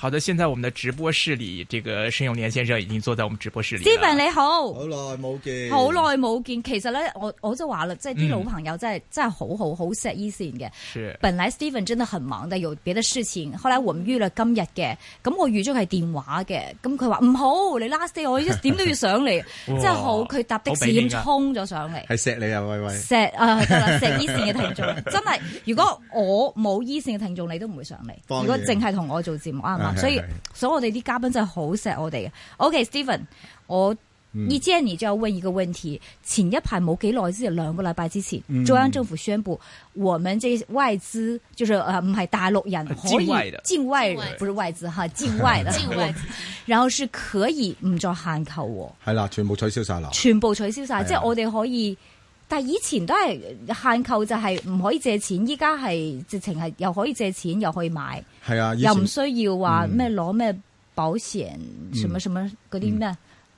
好的，现在我们的直播室里，这个申永年先生已经坐在我们直播室里了。 Steven 你好，好耐冇見，好耐冇見。其實咧，我我就話啦，即係啲老朋友真係、真係好好好錫依線嘅。是本來 Steven 真的很忙的，有別的事情。後來我們約啦今日嘅，咁我預咗佢係電話嘅，咁佢話唔好，你 last day 我一點都要上嚟，真係好。佢搭的士好俾面咁㗎衝咗上嚟。係錫你啊，喂喂，石啊，得啦，石依線嘅聽眾， 真係如果我冇依線嘅聽眾，你都唔會上嚟。如當然果淨係同我做節目啱唔啊啱？係嗯所以係所以我哋啲嘉賓真係好錫我哋嘅。OK，Steven，我嗯一見你就要問一個問題。前一排冇幾耐之前，兩個禮拜之前，嗯中央政府宣布，我們這外資就是呃唔係大陸 人可以境外的境外境外不是外資哈，境外 的境外，然後是可以唔再限購喎。係啦，全部取消晒啦，全部取消係晒，啊即係我哋可以。但係以前都係限購，就係唔可以借錢。依家係直情係又可以借錢，又可以買，係啊，以又前唔需要話嗯咩攞咩保險，什麼什麼嗰啲咩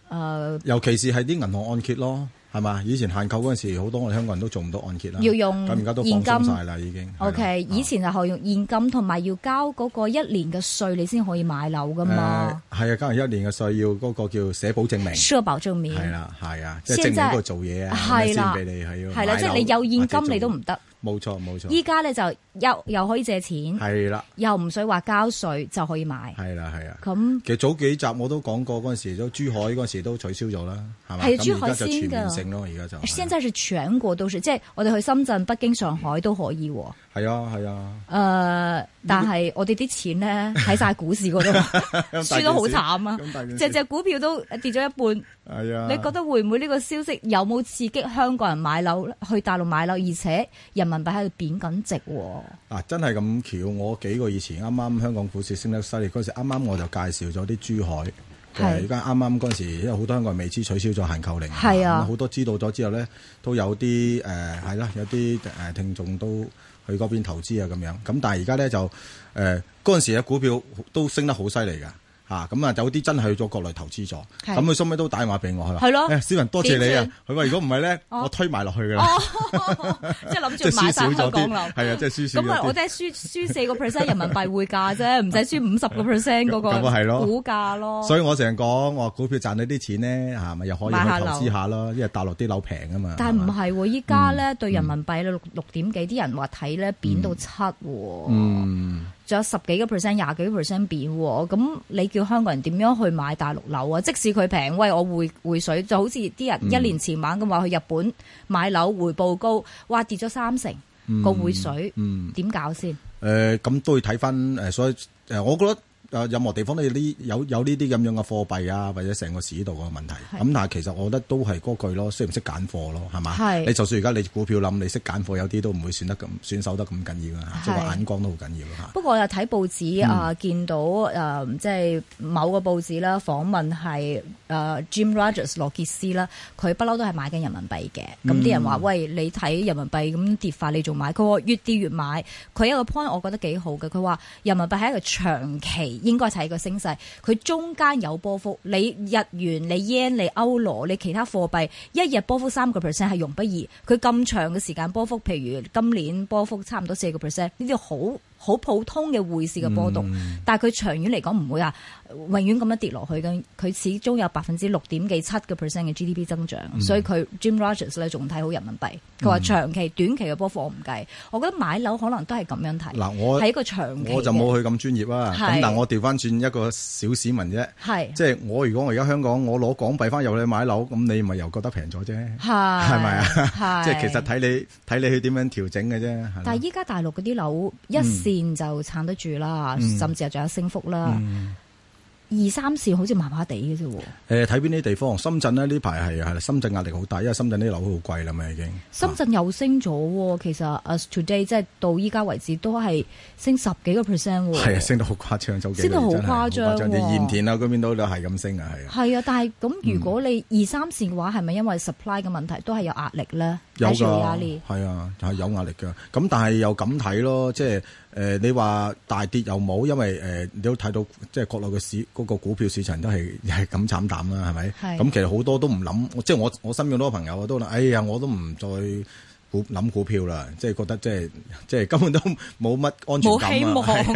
呃誒尤其嗯是係啲銀行按揭咯，係嘛？以前限購嗰陣時，好多我哋香港人都做唔到按揭啦，要用咁而家都放現鬆金晒啦，已經。係啦？OK，以前係可以用現金，同埋要交嗰個一年嘅稅，你先可以買樓噶誒嘛。係啊，加人一年嘅稅要嗰個叫社保證明，社保證明係啦，係啊，即係證現明在嗰度做嘢啊，係啦咩先俾你係要係啦，買即係樓你有現或金者做你都唔得。冇錯冇錯，依家咧就又又可以借錢，係啦又唔使話交稅就可以買。係啦係啊。咁其實早幾集我都講過嗰陣時，都珠海嗰陣時都取消咗啦，係嘛？係咁珠海而家就先㗎全面性咯，而家就係現在是全國都是，即係我哋去深圳、北京、上海都可以喎。誒、係啊係啊，但係我哋啲錢 咧喺晒股市嗰度，輸得好慘咁大啊！件事隻隻股票都跌咗一係啊。半，你覺得會唔會呢個消息有冇刺激香港人買樓去大陸買樓，而且人民幣喺度貶緊值 喎？嗱，啊真係咁巧，我幾個以前啱啱香港股市升得犀利嗰陣時，啱啱我就介紹咗啲珠海。嘅係而家啱啱嗰陣時，因為好多香港人未知取消咗限購令，係啊咁好多知道咗之後咧，都有啲誒係啦，有啲誒聽眾都去嗰邊投資啊咁樣。咁但係而家咧就誒嗰陣時嘅股票都升得好犀利㗎嚇，咁啊有啲真係去咗國內投資咗，係咁佢收尾都打電話俾我，佢話係咯誒，思文多謝你啊點，佢話如果唔係咧，哦我推埋落去㗎啦，哦，即係諗即係住買輸少晒香咗港啲，樓。係啊，即係輸少咗咁啊，啲我。都係輸輸四個 percent 人民幣匯價啫，唔使輸五十個 percent 嗰咁啊係個咯股價咯。所以我成日講，我話股票賺到啲錢咧，嚇咪又可以買去下投樓資下咯，因為大陸啲樓平啊嘛。但係唔係嘛？係喎，依家嗯咧對人民幣六六點幾，啲人話睇咧貶到七喎，嗯，仲有十幾個 percent、廿幾個 percent 貶喎。咁你叫香港人點樣去買大陸樓啊？即使佢平，喂，我匯匯水就好似啲嗯人一年前晚咁話去日本買樓回報高，哇跌咗三成個匯水，嗯，點搞先？誒、咁都要睇翻誒，所以誒、我覺得誒、任何地方都有呢有有呢啲咁樣嘅貨幣啊，或者成個市道嘅問題。係咁但係其實我覺得都係嗰句咯，識唔識揀貨咯，係嘛？係你就算而家你股票諗，你識揀貨，有啲都唔會選得咁選手得咁緊要啊，即係係話眼光都好緊要啊嚇。不過我又睇報紙啊、見到誒、呃即係某個報紙啦，訪問係誒、呃 Jim Rogers 羅傑斯啦，佢不嬲都係買緊人民幣嘅。咁啲人話：喂，你睇人民幣咁跌法，你仲買？佢話越跌越買。佢有個 point 我覺得幾好嘅，佢話人民幣係一個長期應該睇個升勢，佢中間有波幅。你日元、你 yen、你歐羅、你其他貨幣，一日波幅三個 percent 係容不易。佢咁長嘅時間波幅，譬如今年波幅差唔多四個 percent，呢啲好好普通嘅匯市嘅波動。但係佢長遠嚟講唔會話呃永遠咁樣跌落去嘅，佢始終有百分之六點幾七嘅 percent 嘅 GDP 增長，嗯所以佢 Jim Rogers 咧仲睇好人民幣。佢話長期、短期嘅波幅我唔計，我覺得買樓可能都係咁樣睇，嗱我係一個長期嘅我就冇佢咁專業啊，係咁但係我調翻轉一個小市民啫。係即係我如果我而家香港我攞港幣翻入去買樓，咁你咪又覺得平咗啫，係係係咪啊？係 即係其實睇你睇你去點樣調整嘅啫。係咯但係依家大陸嗰啲樓一線就撐得住啦，嗯甚至係仲有升幅啦。二三線好似麻麻地嘅啫喎，誒睇邊啲地方？深圳咧呢排係係啦深圳壓力好大，因為深圳啲樓好貴啦嘛已經。深圳又升咗喎。其實 as today 即係到依家為止都係升十幾個 percent 喎。係啊，升得好誇張，早幾升得好年真係誇張啲喎鹽田啊嗰邊都係咁升啊，係啊。係啊，但係咁如嗯果你二三線嘅話，係咪因為 supply 嘅問題都係有壓力咧？有還是有壓㗎力，係啊，係有壓力㗎。咁但係又咁睇咯，即係誒、呃你話大跌又冇，因為誒、呃你都睇到即係國內嘅市嗰、個股票市場都係 係咁慘淡啦，係咪？係咁其實好多都唔諗，即係我我身邊好多朋友啊都話：哎呀，我都唔再股諗股票啦，即係覺得即係即係根本都冇乜安全感啊冇希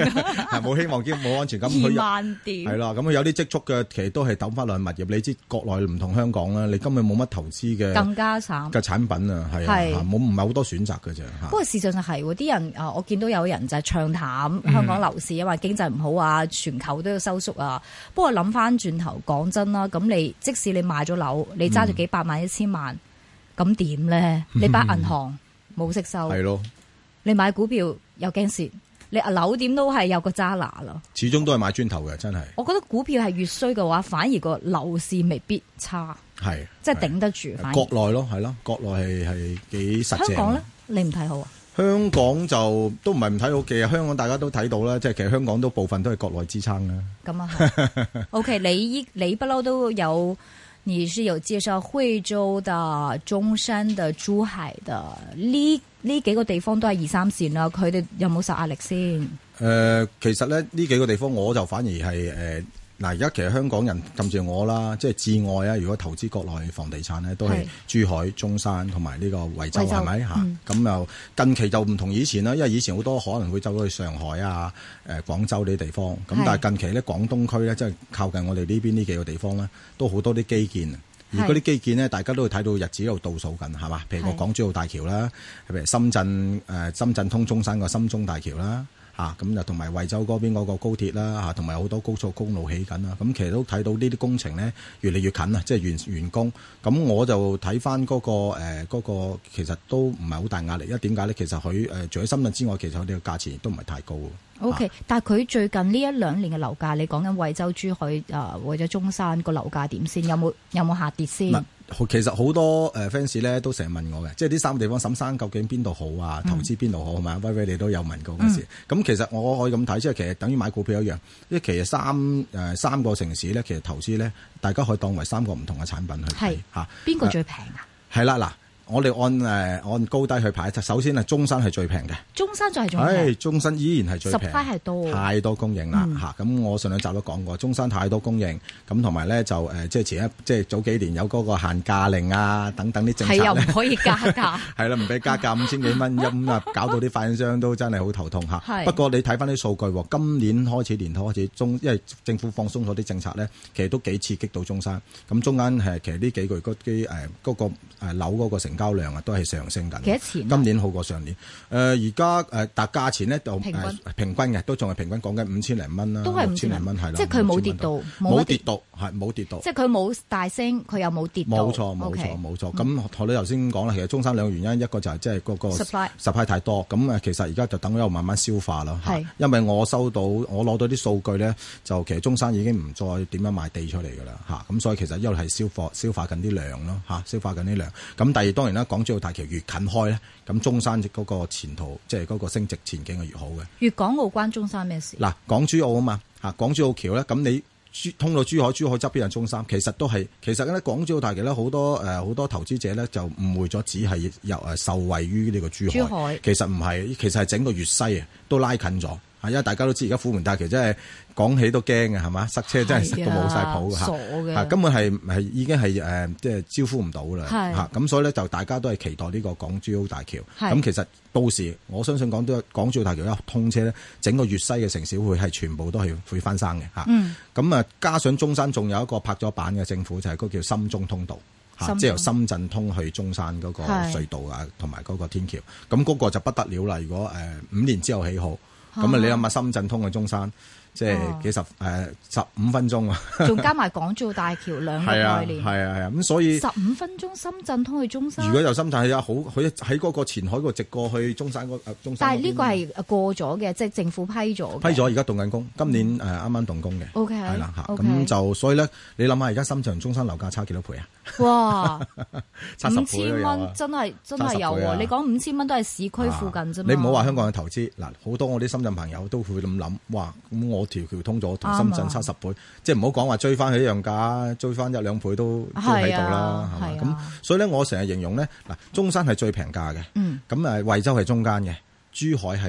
望 係冇希望兼冇安全感，佢二又萬點係，啦，咁佢有啲積蓄嘅，其實都係抌翻落去物業。你知國內唔同香港啦，你根本冇乜投資嘅更加慘。嘅產品啊，係係啊，嚇冇唔係好多選擇嘅啫嚇不。過事實上係喎，啲人啊，我見到有人就係唱淡嗯香港樓市，因為經濟唔好啊，全球都要收縮啊。不過諗翻轉頭，講真啦，咁你即使你買咗樓，你揸住嗯幾百萬、一千萬，咁點咧？你擺銀行冇息收，係咯，你買股票又驚蝕，你啊樓點都係有個渣拿啦。始終都係買磚頭嘅，真係我覺得股票係越衰嘅話，反而個樓市未必差，係即係頂得住。反國而內咯，係咯，國內係係幾實香正嘅。港咧，你唔睇好啊？香港就都唔係唔睇好嘅，香港大家都睇到啦，即係其實香港都部分都係國內支撐啦。咁啊係，OK，你依你不嬲都有，你是有介紹惠州的、中山的、珠海的呢呢幾個地方都係二三線啦，佢哋有冇受壓力先？誒、呃其實咧呢幾個地方我就反而係誒呃嗱，而家其實香港人甚至我啦，即係至愛啊！如果投資國內房地產咧，都係珠海、中山同埋呢個惠州惠州係咪嚇嗯？咁又、近期就唔同以前啦，因為以前好多可能會走咗去上海啊、誒、廣州呢啲地方，咁係但係近期咧廣東區咧，即係靠近我哋呢邊呢幾個地方咧，都好多啲基建啊。而係嗰啲基建咧，大家都會睇到日子喺度倒數緊，係嘛？譬如個係港珠澳大橋啦，譬如深圳誒、呃深圳通中山個深中大橋啦，嚇咁就同埋惠州嗰邊嗰個高鐵啦，嚇同埋好多高速公路起緊啦。咁其實都睇到呢啲工程咧越嚟越近啊，即係完完工。咁我就睇翻嗰個呃誒嗰、個其實都唔係好大壓力，因為點解咧？其實佢誒、呃除咗深圳之外，其實佢哋嘅價錢亦都唔係太高。 O、k 啊但係佢最近呢一兩年嘅樓價，你講緊惠州、珠海啊、或者中山個樓價點先？有冇有冇下跌先唔？係好其實好多誒 fans 咧都成日問我嘅，即係呢三個地方沈生究竟邊度好啊？嗯投資邊度好係嘛？威威你都有問過嗰時，咁、其實我可以咁睇，即係其實等於買股票一樣，即係其實三誒、呃三個城市咧，其實投資咧，大家可以當為三個唔同嘅產品去睇係嚇。邊個最平啊？係啦，嗱，我哋按誒、呃按高低去排，首先係中山係最平嘅，中山就係仲唉，平，中山依然係最十平，塊係多太多供應啦嚇。咁、我上兩集都講過，中山太多供應，咁同埋咧就誒、呃即係前一即係早幾年有嗰個限價令啊，等等啲政係策又唔咧。可以加 價。係啦，唔俾加價五千幾蚊，咁啊，搞到啲發展商都真係好頭痛嚇。係不過你睇翻啲數據喎，今年開始年頭開始中，因為政府放鬆咗啲政策咧，其實都幾刺激到中山。咁中間誒其實呢幾個月嗰啲誒嗰個誒樓嗰個成交量啊，都係上升緊。幾多錢啊今年好過上年。誒而家誒但價錢咧就平均誒平均嘅，都仲係平均講緊五千零蚊啦，都係六千5000零蚊係啦。即係佢冇跌5000到冇乜冇跌跌到，係冇跌到。即係佢冇大升，佢又冇跌到。冇錯，冇 OK 嗯錯，冇錯。咁我哋頭先講啦，其實中山兩個原因，一個就係即係嗰個 Supply 太多，咁呃誒其實而家就等佢慢慢消化啦嚇係因為我收到我攞到啲數據咧，就其實中山已經唔再點樣賣地出嚟㗎啦嚇，咁所以其實一路係消化消化緊啲量咯嚇，消化緊啲量。咁第二當然啦，港珠澳大橋越近開咧，咁中山嗰個前途即係嗰個升值前景係越好嘅。粵港澳關中山咩事？嗱，港珠澳啊嘛，嚇港珠澳橋咧，咁你珠通到珠海，珠海側邊係中山，其實都係其實咧，港珠澳大橋咧，好多誒好、多投資者咧就誤會咗，只係由誒受惠於呢個珠海，珠海其實唔係，其實係整個粵西啊都拉近咗。啊因為大家都知而家虎門大橋真係講起都驚啊嘅係嘛，塞車真係塞到冇晒譜係啊㗎嚇傻嘅嚇根本係係已經係誒即係招呼唔到啦係嚇，咁所以咧就大家都係期待呢個港珠澳大橋。係咁其實到時我相信港珠港珠澳大橋一通車咧，整個粵西嘅城市會係全部都係會翻生嘅嚇。嗯咁啊，加上中山仲有一個拍咗板嘅政府，就係、嗰個叫深中通道。嚇深中即係由深圳通去中山嗰個係隧道啊，同埋嗰個天橋，咁嗰個就不得了啦！如果誒五、年之後起好，咁啊啊你諗下深圳通去中山，即啊係幾十誒十五分鐘啊，仲加埋港珠澳大橋兩個 係啊概係念，啊係啊，咁所以十五分鐘深圳通去中山如。果由深圳係啊，好佢喺嗰個前海嗰度直過去中山嗰呃中山但嗰邊。係呢個係過咗嘅，即係政府批咗批嘅。咗，而家動緊工，今年誒呃啱啱動工嘅。 OK，係啦嚇， OK 咁就所以咧，你諗下而家深圳同中山樓價差幾多倍啊？ 哇，五千差十倍都有啊蚊！真係真係有差十倍啊喎！你講五千蚊都係市區附近啫嘛。啊你唔好話香港嘅投資，嗱好多我啲深圳朋友都會咁諗，哇！咁我條橋通咗，同深啱圳啊差十倍，即係唔好講話追翻佢一樣價，追翻一兩倍都都喺係度啦啊，係嘛？係咁啊所以咧，我成日形容咧，嗱，中山係最平價嘅，嗯咁誒惠州係中間嘅。珠海係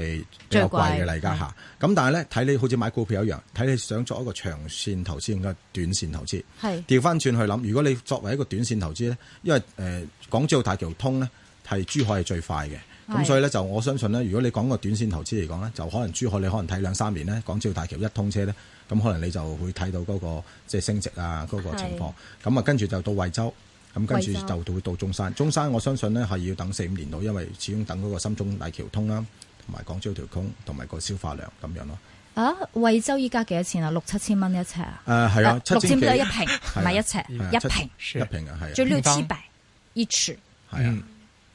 比較貴嘅最貴啦，而家係嚇，咁但係咧睇你好似買股票一樣，睇你想作一個長線投資定係短線投資。係調翻轉去諗，如果你作為一個短線投資咧，因為誒、呃、港珠澳大橋通咧，係珠海係最快嘅。係咁所以咧就我相信咧，如果你講個短線投資嚟講咧，就可能珠海你可能睇兩三年咧，港珠澳大橋一通車咧，咁可能你就會睇到嗰、個即係升值啊嗰、個情況。咁啊，跟住就到惠州。咁跟住惠州就到到中山，中山我相信咧係要等四五年度，因為始終等嗰個深中大橋通啦，同埋港珠澳條通，同埋個消化量咁樣咯。啊，惠州依家幾多錢啊？六七千蚊一尺啊？誒 係啊啊，七六千千幾多一平，唔係一尺，係啊一平七一平啊，係啊就六平方七百一尺。係啊，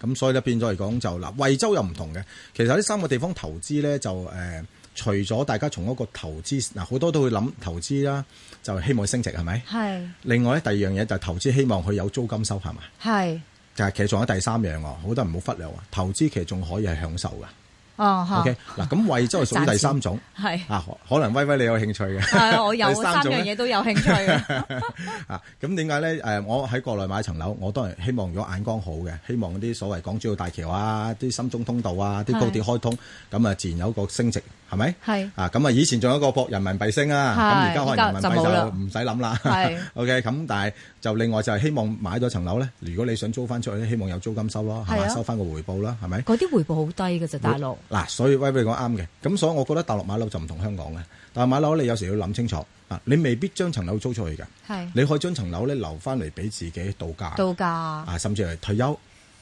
咁所以咧變咗嚟講就嗱，惠州又唔同嘅。其實呢三個地方投資咧就誒、呃除咗大家從一個投資嗱，好多都會諗投資啦，就希望升值係咪？係另外咧第二樣嘢就係投資希望佢有租金收係嘛？係就係其實仲有第三樣喎，好多人唔好忽略喎，投資其實仲可以係享受㗎。哦嚇 OK，嗱咁惠州係屬於第三種 係啊，可可能威威你有興趣嘅。係啊我有第三種樣啊呢嘢都有興 趣。啊，咁點解咧？誒，我喺國內買層樓，我當然希望如果眼光好嘅，希望啲所謂港珠澳大橋啊、啲深中通道啊、啲高鐵開通，咁啊自然有個升值，係咪？係啊，咁啊以前仲有一個博人民幣升啊，咁係而家可能人而民家就冇啦幣就唔使諗啦。 係 OK，咁但係就另外就係希望買咗層樓咧，如果你想租翻出去咧，希望有租金收咯，係係啊嘛，收翻個回報啦，係咪？嗰啲回報好低嘅啫，大陸嗱，所以威威講啱嘅，咁所以我覺得大陸買樓就唔同香港嘅，但係買樓你有時要諗清楚啊，你未必將層樓租出去㗎。係你可以將層樓咧留翻嚟俾自己度假，度假啊，甚至係退休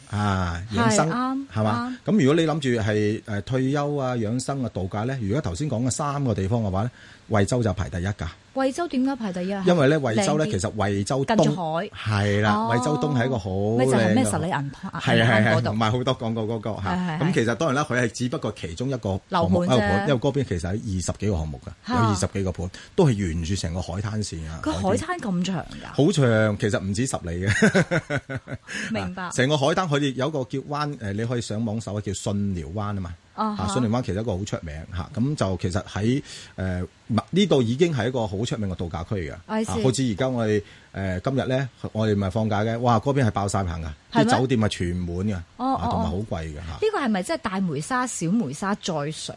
啊係養生，啱係嘛？咁如果你諗住係誒退休啊養生啊度假咧，如果頭先講嘅三個地方嘅話咧，惠州就排第一㗎，惠州點解排第一啊？因為咧惠州咧靚啲其實惠州近住東海係啦，哦惠州東係一個好咪就係靚咩嘅十里銀行係銀行啊嗰係係，同度埋好多廣告嗰個係嚇係，係咁其實當然啦，佢係只不過其中一個樓盤項目啫一個盤因為嗰邊其實有二十幾個項目㗎，有嚇二十幾個盤，都係沿住成個海啊灘線啊。佢海邊灘咁長㗎，好長，其實唔止十里嘅，明白？成個海灘佢哋有一個叫灣，誒你可以上網搜啊，叫信寮灣啊嘛。啊哈信寮灣其實一個好出名嚇，咁就其實喺誒麥呢度已經係一個好出名嘅度假區嘅。 I 啊 see 好似而家我哋誒、呃今日咧，我哋咪放假嘅，哇！嗰邊係爆晒棚㗎，係咩啲酒店係全滿嘅，哦啊哦同埋哦好貴嘅嚇。呢個係咪即係大梅沙、小梅沙再上？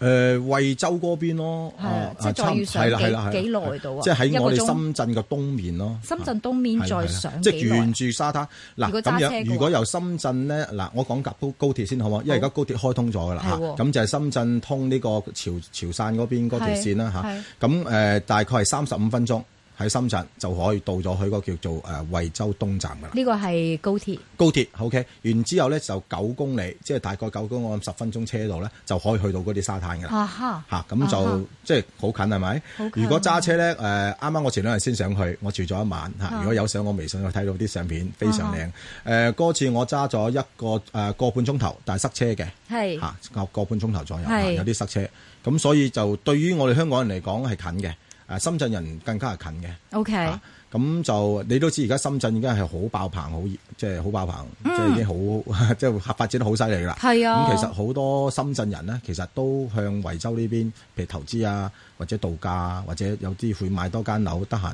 誒惠州嗰邊咯，係啊啊即係再差唔要上係啦係啦幾係幾啦耐到啊即係喺我一個哋鐘深圳嘅東面咯。深啊圳東面係啦再係啦上即幾係耐啊沿住沙灘嗱如果揸咁車嘅樣。話如果由深圳咧嗱，我講搭高高鐵先好唔好？因為而家高鐵開通咗噶啦係嚇，喎咁就係深圳通呢個潮潮汕嗰邊嗰條線啦係係嚇。咁誒大概係三十五分鐘喺深圳就可以到咗佢個叫做誒惠州東站噶啦。呢個係高鐵，高鐵 OK，完之後咧就九公里，即係大概九公里十分鐘車度咧就可以去到嗰啲沙灘噶啦。啊哈，嚇咁就、啊哈即係好近係咪好？近如果揸車咧，誒啱啱我前兩日先上去，我住咗一晚嚇。啊如果有上我微信，我睇到啲相片非常靚。誒嗰、次我揸咗一個誒、個半鐘頭，但係塞車嘅係嚇，個個半鐘頭左右，係嚇有啲塞車。咁所以就對於我哋香港人嚟講係近嘅，誒深圳人更加係近嘅。 OK 啊。咁就你都知而家深圳已經係好爆棚，好熱即係好爆棚，即係已經好 即係發展得好犀利㗎啦。嗯係啊咁其實好多深圳人呢，其實都向惠州呢邊，譬如投資啊，或者度假啊，或者有啲會買多間樓，得閒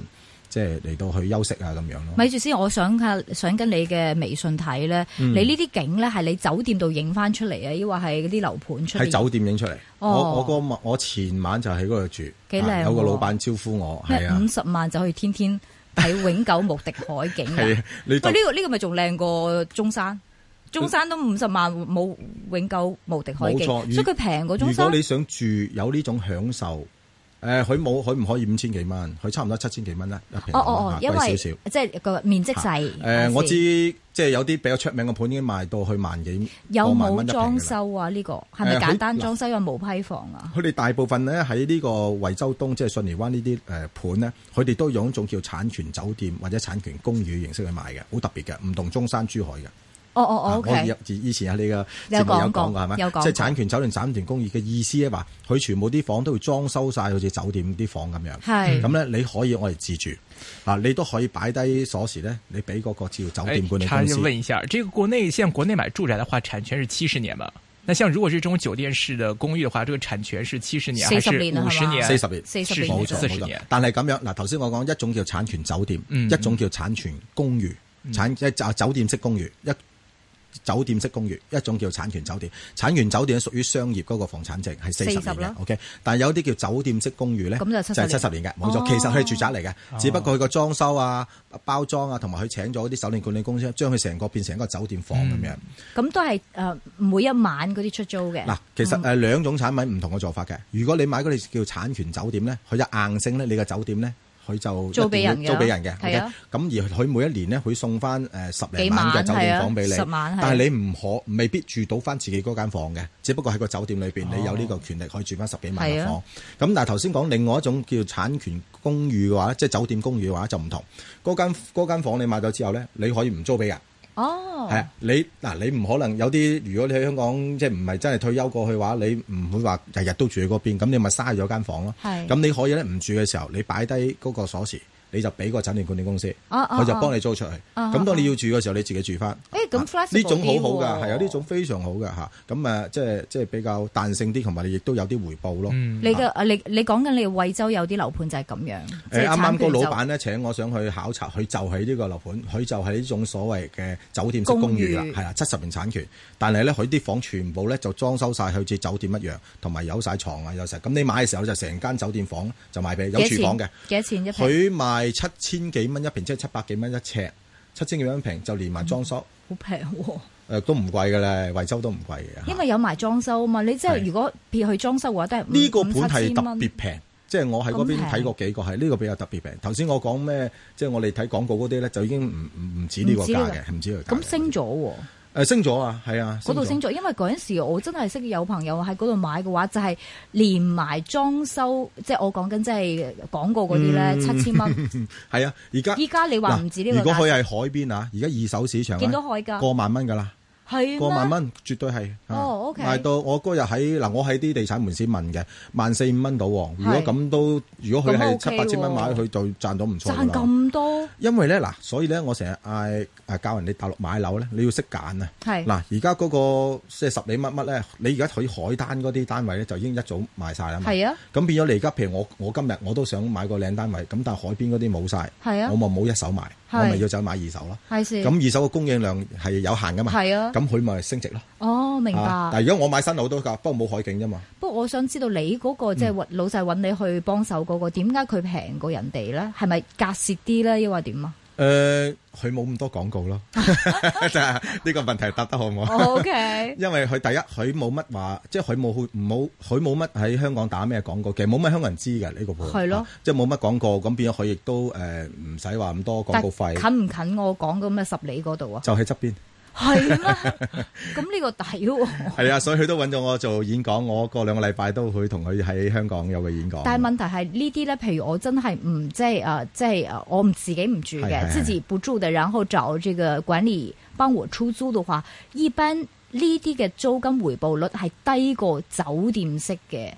即係嚟到去休息啊咁樣咯。咪住先，我想下想跟你嘅微信睇咧，嗯你呢啲景咧係你酒店度影翻出嚟啊，抑或係嗰啲樓盤出喺嚟？酒店影出嚟，哦我我嗰晚我前晚就喺嗰度住，幾靚啊有個喎老闆招呼我，係咩啊五，十萬就可以天天睇永久無敵海景㗎係啊，你喂，就呢、個呢、個咪仲靚過中山，中山都五十萬冇永久無敵海景，冇錯所以佢平過中如山果。你想住有呢種享受，誒佢冇佢唔可以五千幾蚊，佢差唔多七千幾蚊啦，一平哦哦哦，因為啊貴少即少。係個面積細。誒，我係知即係有啲比較出名嘅盤已經賣到去萬幾，有過萬冇蚊一平裝㗎啦？修啊？呢個係咪誒簡單佢嗱裝修？因為冇批房啊。佢哋大部分咧喺呢個惠州東，即係順利灣呢啲誒盤咧，佢哋都用一種叫產權酒店或者產權公寓形式去賣嘅，好特別嘅，唔同中山、珠海嘅。哦哦哦啊我，OK，以以前喺你嘅有節目有講過講過係咪？有講過即係產權酒店產權公寓嘅意思咧，話佢全部啲房都會裝修晒，好似酒店啲房咁樣。係咁咧，你可以我哋自住啊，你都可以擺低鎖匙咧，你俾嗰個叫酒哎店管理插公一司。问一下，这个国内像国内买住宅的话，产权是七十年嘛？那像如果是这种酒店式的公寓的话，这个产权是七十年还是40年啊五十係嘛年？四十年，四十年冇就錯四十冇錯年。但係咁樣嗱，頭先我講一種叫產權酒店，嗯一種叫產權公寓，產即係酒酒店式公寓，一酒店式公寓，一種叫產權酒店。產權酒店屬於商業嗰個房產證，係四十年40啦嘅。OK，但係有啲叫酒店式公寓咧，咁就就70係七十年嘅，冇錯。哦其實佢係住宅嚟嘅，只不過佢個裝修啊、包裝啊，同埋佢請咗啲酒店管理公司，將佢成個變成一個酒店房咁樣。咁都係誒每一晚嗰啲出租嘅。嗯嗱，其實誒兩種產品唔同嘅做法嘅。如果你買嗰啲叫產權酒店咧，佢就硬性咧，你嘅酒店咧，佢就租俾人嘅租俾人嘅。係啊 OK？咁而佢每一年咧，佢送翻誒十零幾萬嘅晚酒店房俾你，係啊十晚係啊但係你唔可未必住到翻自己嗰間房嘅，只不過喺個酒店裏邊，你有呢個權力可以住翻十幾萬嘅係房。啊咁但係頭先講另外一種叫產權公寓嘅話，即係酒店公寓嘅話就唔同。嗰間嗰間房你買咗之後咧，你可以唔租俾人。哦，係啊你嗱，你唔可能有啲，如果你喺香港即係唔係真係退休過去嘅話，你唔會話日日都住喺嗰邊，咁你咪嘥咗間房咯。係咁你可以咧唔住嘅時候，你擺低嗰個鎖匙，你就俾個酒店管理公司，哦哦佢就幫你租出去。哦咁當你要住嘅時候，你自己住翻。誒咁啊 flexible 呢種好好啲㗎，喎係啊，呢種非常好㗎嚇。咁啊，即係即係比較彈性啲，同埋你亦都有啲回報咯。嗯你嘅啊你你講緊你惠州有啲樓盤就係咁樣，即係誒啱產啱個權老就闆咧請我上去考察，佢就喺呢個樓盤，佢就係呢種所謂嘅酒店式公公寓寓啦，係啦，七十年產權，但係咧佢啲房全部咧就裝修晒，好似酒店一樣，同埋有晒床啊，有晒。咁你買嘅時候就成間酒店房就賣俾你有幾廚多房錢嘅，幾多錢一平？佢賣七千幾蚊一平，即係七百幾蚊一尺，七千幾蚊一平就連埋裝修，誒、好平喎，都唔貴嘅咧，惠州都唔貴嘅。嗯因為有埋裝修啊嘛。你即係係如果撇去裝修嘅話，都係五呢個五盤七係千特蚊別平，即係我喺嗰邊睇過幾個係呢個比較特別平。頭先我講咩，即係我哋睇廣告嗰啲咧，就已經唔唔唔止呢個價嘅，唔止呢個價嘅。咁升咗喎，誒升咗啊，係啊，嗰度升咗。咗，因為嗰陣時我真係識有朋友喺嗰度買嘅話，就係、連埋裝修，即係我講緊即係廣告嗰啲咧，七千 蚊。係啊，而家依家你話唔止呢嗯嗱個如果佢價，係海邊啊，而家二手市場見咧到海㗎，過萬蚊㗎啦，係過萬咩？蚊絕對係。啊哦，OK 賣到我嗰日喺嗱，我喺啲地產門市問嘅，萬四五蚊到喎。如果係咁都，如果佢咁啊係 OK 七八千蚊買，喎佢就賺到唔錯㗎啦賺咁多，因為咧嗱，所以咧我成日嗌誒教人哋大陸買樓咧，你要識揀啊。係嗱，而家嗰個即係十里乜乜咧，你而家睇海灘嗰啲單位咧，就已經一早賣晒啦嘛。係啊，咁變咗你而家譬如我我今日我都想買個靚單位，咁但係海邊嗰啲冇晒，係啊我咪冇一手買，我係咪要走買二手咯。係先。咁二手嘅供應量係有限噶嘛，係啊咁佢咪升值咯。哦，明白。啊但係如果我買新樓都㗎，不過冇海景啫嘛。不過我想知道你嗰、嗯個即係揾老細揾你去幫手嗰、個，點解佢平過人哋咧？係咪隔蝕啲咧？抑或點 啊誒，佢冇咁多廣告咯。 但係呢個問題答得好唔好？ ？O K，因為佢第一佢冇乜話，即係佢冇去唔好，佢冇乜喺香港打咩廣告，其實冇乜香港人知嘅呢個盤，係咯啊即係冇乜廣告，咁變咗佢亦都誒唔使話咁多廣但告費，近唔近我講咁嘅十里嗰度啊？就喺側邊。係咩？咁呢個抵喎。係啊，所以佢都揾咗我做演講，我過兩個禮拜都會同佢喺香港有個演講。但係問題係呢啲咧，譬如我真係唔即係誒，即係誒，我唔自己唔住係係嘅，係自己不住嘅，然後找這個管理幫我出租嘅話，一般呢啲嘅租金回報率係低過酒店式嘅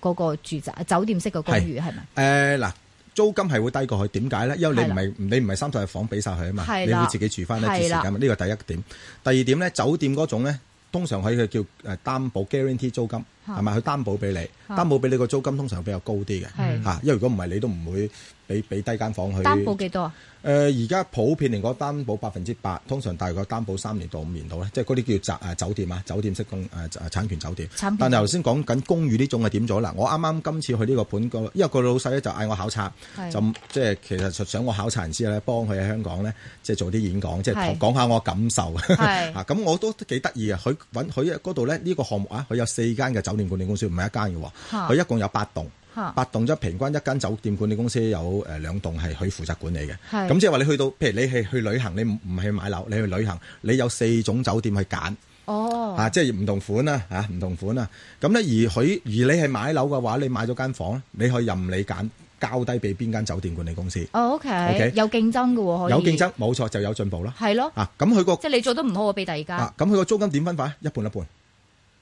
嗰個住宅、酒店式嘅公寓係咪？誒呃嗱。租金係會低過佢，點解咧？因為你唔係你唔係三十日房俾晒佢啊嘛，係你啦會自己住翻一段時間係嘛。呢個第一點。第二點咧，酒店嗰種咧，通常佢嘅叫誒呃擔保 guarantee 租金嚇係咪？佢擔保俾你，嚇擔保俾你個租金通常比較高啲嘅係嚇，因為如果唔係你都唔會俾俾低間房去。呃擔保幾多啊？誒而家普遍嚟講擔保百分之八，通常大概擔保三年到五年度咧，即係嗰啲叫宅誒酒店啊，酒店式公誒誒產權酒店。產權但係頭先講緊公寓呢種係點咗啦？我啱啱今次去呢個盤個，因為個老細咧就嗌我考察，係就即係其實想我考察完之後咧，幫佢喺香港咧即係做啲演講，即係係講下我感受。係 啊，咁我都幾得意嘅。佢揾佢嗰度咧呢個項目啊，佢有四間嘅酒店管理公司，唔係一間嘅喎，嚇佢一共有八棟。嚇八棟即係平均一間酒店管理公司有誒兩棟係佢負責管理嘅，係咁即係話你去到，譬如你係去旅行，你唔唔係去買樓，你去旅行，你有四種酒店去揀，哦，啊，即係唔同款啦，嚇唔同款啦。啊咁咧而佢而你係買樓嘅話，你買咗間房，你可以任你揀，交低俾邊間酒店管理公司，哦，OK， OK 有競爭嘅喎，可以有競爭冇錯就有進步啦。係咯，啊，咁佢個即係你做得唔好，我俾第二間啊，咁佢個租金點分法？一半一半。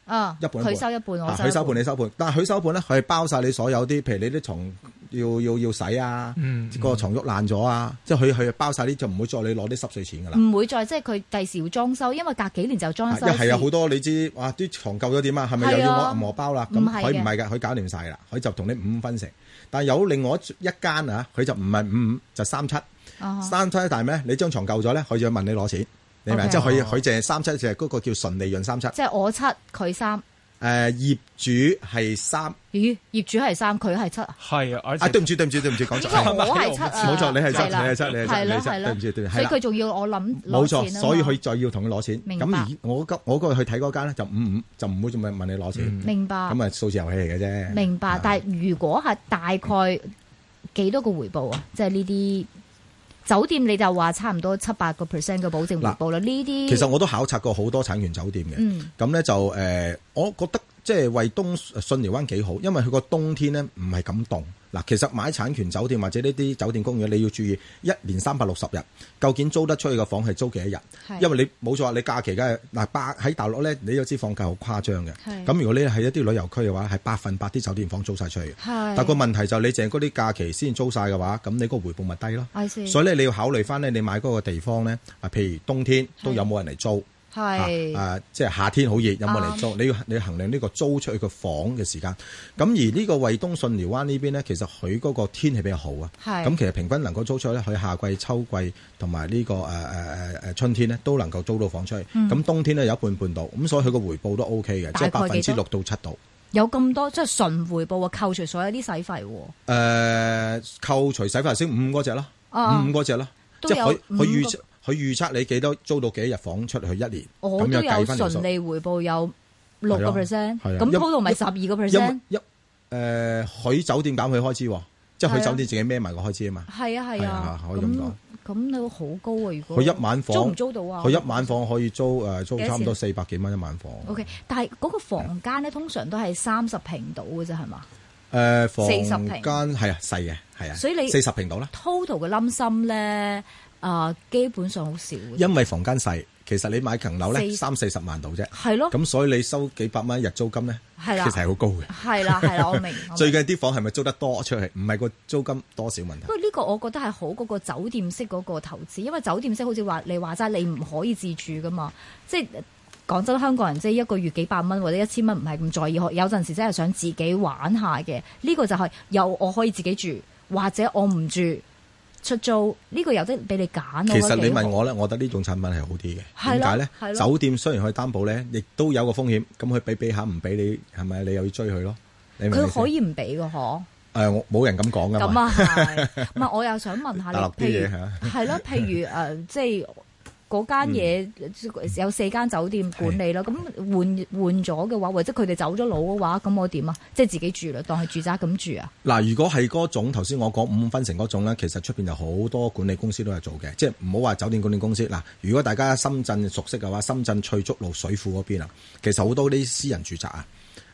啊，一半一半佢收一半，我啊收佢收盤你收盤，但係佢收盤咧，佢係包晒你所有啲，譬如你啲床要要要洗啊嗯，個床褥爛咗啊，即係佢佢包晒啲，就唔會再你攞啲濕碎錢噶啦。唔會再即係佢第時要裝修，因為隔幾年就裝啊修一一係有次好多你知，哇！啲床舊咗點啊？係咪又係啊要我銀荷包啦？咁唔係嘅啊佢唔係㗎，佢搞掂晒啦，佢就同你五五分成。但係有另外一間啊，佢就唔係五五，就三七。啊哈三七但係咩？你張床舊咗咧，佢就要問你攞錢。你明唔明 OK 即係佢佢淨係三七，就係嗰個叫純利潤三七。即係我七佢三，誒業主係三啊，咦？業主係三，佢係七啊？係啊，而且對唔住對唔住對唔住，講應錯該係我係七啊，冇錯，你係七，係啦你係七，你係係七，你咯係七，係咯對唔住對唔住，所係以啦佢仲要我諗冇攞錯錢，啊嘛所以佢再要同你攞錢。明咁白而我嗰我嗰個去睇嗰間咧就五五，就唔會仲問你攞錢。嗯明白咁啊啊數字遊戲嚟嘅啫。明白。但係如果係大概幾多個回報啊？即係呢啲酒店你就話差唔多七八個 percent 嘅保證回報啦。呢啲其實我都考察過好多產權酒店嘅。嗯咁咧就誒、呃我覺得即係惠東呃信寮灣幾好，因為佢個冬天咧唔係咁凍。嗱，其實買產權酒店或者呢啲酒店公園，你要注意一年三百六十日，究竟租得出去嘅房係租幾多日？係因為你冇錯，你假期梗係嗱八喺大陸咧，你有知放假好誇張嘅。係咁如果你係一啲旅遊區嘅話，係百分百啲酒店房租晒出去嘅。係但個問題就你淨係嗰啲假期先租晒嘅話，咁你個回報咪低咯。 I see 所以咧，你要考慮翻咧，你買嗰個地方咧，啊，譬如冬天都有冇人嚟租。係啊，啊即係夏天好熱，有冇嚟租？你要你要衡量呢個租出去個房嘅時間。咁而呢個惠東信寮灣呢邊呢，其實佢嗰個天氣比較好啊。係咁其實平均能夠租出去咧，佢夏季、秋季同埋呢個誒誒誒誒春天呢，都能夠租到房出去。咁、冬天呢，有一半半度，咁所以佢個回報都 O K 嘅，即係嗯大百概分幾之六多到七度。有咁多即係純回報啊，扣除所有啲使費喎。誒、呃扣除洗髮先五嗰只啦，啊五嗰只啦，都即係佢有佢五預個測佢預測你幾多租到幾多日房出去一年，我咁都樣有計翻條數純。利回報有六個係 percent，啊係啊咁因 total 咪十二個因 percent，一誒，佢呃酒店減佢開支喎，即係係佢啊酒店自己孭埋個開支啊嘛。係啊係係啊啊，可以咁咁講咁你好高啊！如果佢一晚房租唔租到啊？佢一晚房可以租誒租幾多差唔錢多四百幾蚊一晚房。 O K，但係嗰個房間咧，通常都係三十平到嘅啫，係嘛誒呃房40平間係啊細嘅係啊，所以你四十平到啦， ？Total 嘅冧心咧，啊，基本上好少嘅，因為房間細，其實你買層樓咧四三四十萬到啫，係咯，咁所以你收幾百蚊一日租金咧，其係啦實係好高嘅。係啦係啦，我明。我明 最近啲房係咪租得多出去？唔係個租金多少問題不。過呢個我覺得係好嗰個酒店式嗰個投資，因為酒店式好似話你話齋，你唔可以自住噶嘛，即係。講真，香港人即係一個月幾百蚊或者一千蚊唔係咁在意，有陣時真係想自己玩下嘅。呢、個就係有我可以自己住，或者我唔住出租，呢、個有得俾你揀。其實實你問我咧，我覺得呢種產品係好啲嘅。係點咯解咧？係咯酒店雖然可以擔保咧，亦都有個風險。咁佢俾俾下唔俾你，係咪你又要追佢咯？你明唔佢明可先？以唔俾嘅 嗬。誒，我冇人咁講噶咁嘛。啊係，唔係我又想問下你，大陸啲譬嘢如嚇係 咯，譬如誒、呃即係嗰間嗯嘢有四間酒店管理啦，咁換換咗嘅話，或者佢哋走咗佬嘅話，咁我點啊？即係自己住啦，當係住宅咁住啊？嗱，如果係嗰種頭先我講五五分成嗰種咧，其實出邊有好多管理公司都有做嘅，即係唔好話酒店管理公司。嗱，如果大家深圳熟悉嘅話，深圳翠竹路水庫嗰邊啊，其實好多啲私人住宅啊，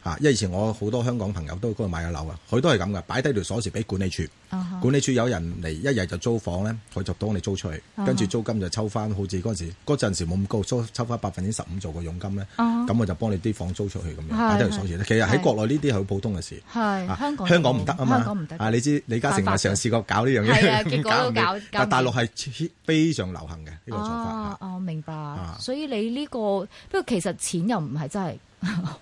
嚇，因為以前我好多香港朋友都去嗰度買咗樓啊，佢都係咁嘅，擺低條鎖匙俾管理處。啊哈管理處有人嚟一日就租房咧，佢就當你租出去，啊跟住租金就抽翻，好似嗰陣時嗰陣時冇咁高，租抽翻百分之十五做個佣金咧，啊咁我就幫你啲房租出去咁樣，係啊擺低條鎖匙。其實喺係國內呢啲係好普通嘅事。係啊香港香港唔得啊嘛，香港唔得啊！你知李嘉誠咪犯法嘗嘅試過搞呢樣嘢，係 啊咁結果都唔掂搞搞唔掂但大陸係非常流行嘅呢個做啊法，我明白，啊所以你呢、個不過其實錢又唔係真係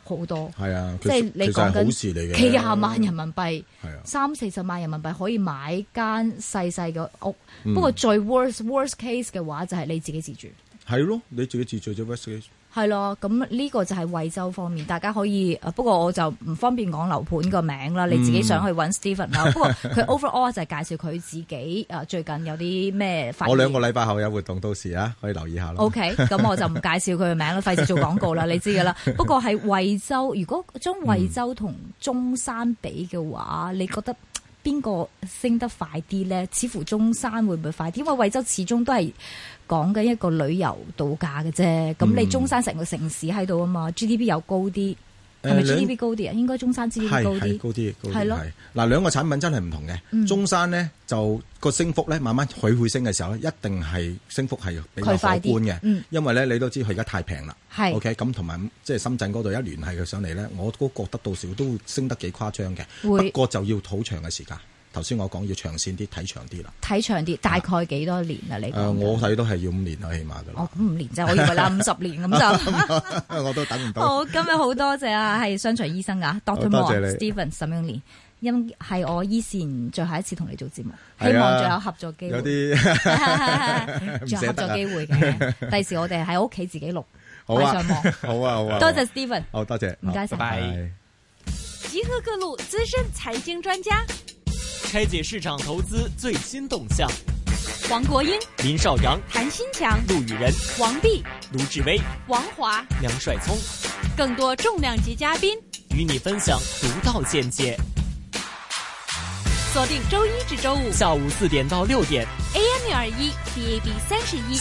好多。係啊，即係你其實係講緊好事嚟嘅，幾廿萬人民幣係啊，三四十萬人民幣可以買間細細嘅屋。嗯不過最 worst worst case 嘅話就係你自己自住，係咯，你自己自住咗 West 係咯。咁呢個就係惠州方面，大家可以。呃不過我就唔方便講樓盤個名嗯啦，你自己上去揾 Steven 啦。不過佢 overall 就係介紹佢自己誒最近有啲咩發現。我兩個禮拜後有活動，到時啊可以留意下咯。 O K，咁我就唔介紹佢嘅名啦，費事做廣告啦，你知 噶啦。不過係惠州，如果將惠州同中山比嘅話，嗯你覺得嘖邊個升得快啲咧？似乎中山會唔會快啲？因為惠州始終都係講緊一個旅遊度假嘅啫。嗯咁你中山成個城市喺度啊嘛，G D P 又高啲，係咪誒兩 G D P 高啲啊？應該中山 G D P 係高啲係高。啲，高啲係咯係嗱，兩個產品真係唔同嘅。嗯中山咧就個升幅咧，慢慢佢會升嘅時候咧，一定係升幅係比佢較可快啲觀嘅。嗯因為咧你都知佢而家太平啦。係 OK，咁同埋即係深圳嗰度一聯繫佢上嚟咧，我都覺得到時都升得幾誇張嘅。會不過就要好長嘅時間。頭先我講要長線啲，睇長啲啦。睇長啲，大概幾多年啊？你誒、講緊我睇都係要五年啦，起碼噶哦，咁五年啫，我以 為啦，五十年咁就。 啦，我都等唔到。好，今日好多謝啊，係商場醫生啊好，Doctor 多謝 Moore 你 Steven 沈永年。因係我依前最後一次同你做節目，係啊希望仲有合作機會，有啲 啊仲有合作機會嘅。第時我哋喺屋企自己錄，好擺啊，上網。 好啊，好啊，多謝 Steven，好，好多謝，唔該晒好拜拜。集合各路资深财经专家，拆解市场投资最新动向。黄国英、林少阳、谭新强、陆羽仁、王碧、卢志威、王华，梁帅聪更多重量级嘉宾，与你分享独到见解。锁定周一至周五下午四点到六点。 AM 六二一 DAB 三十一。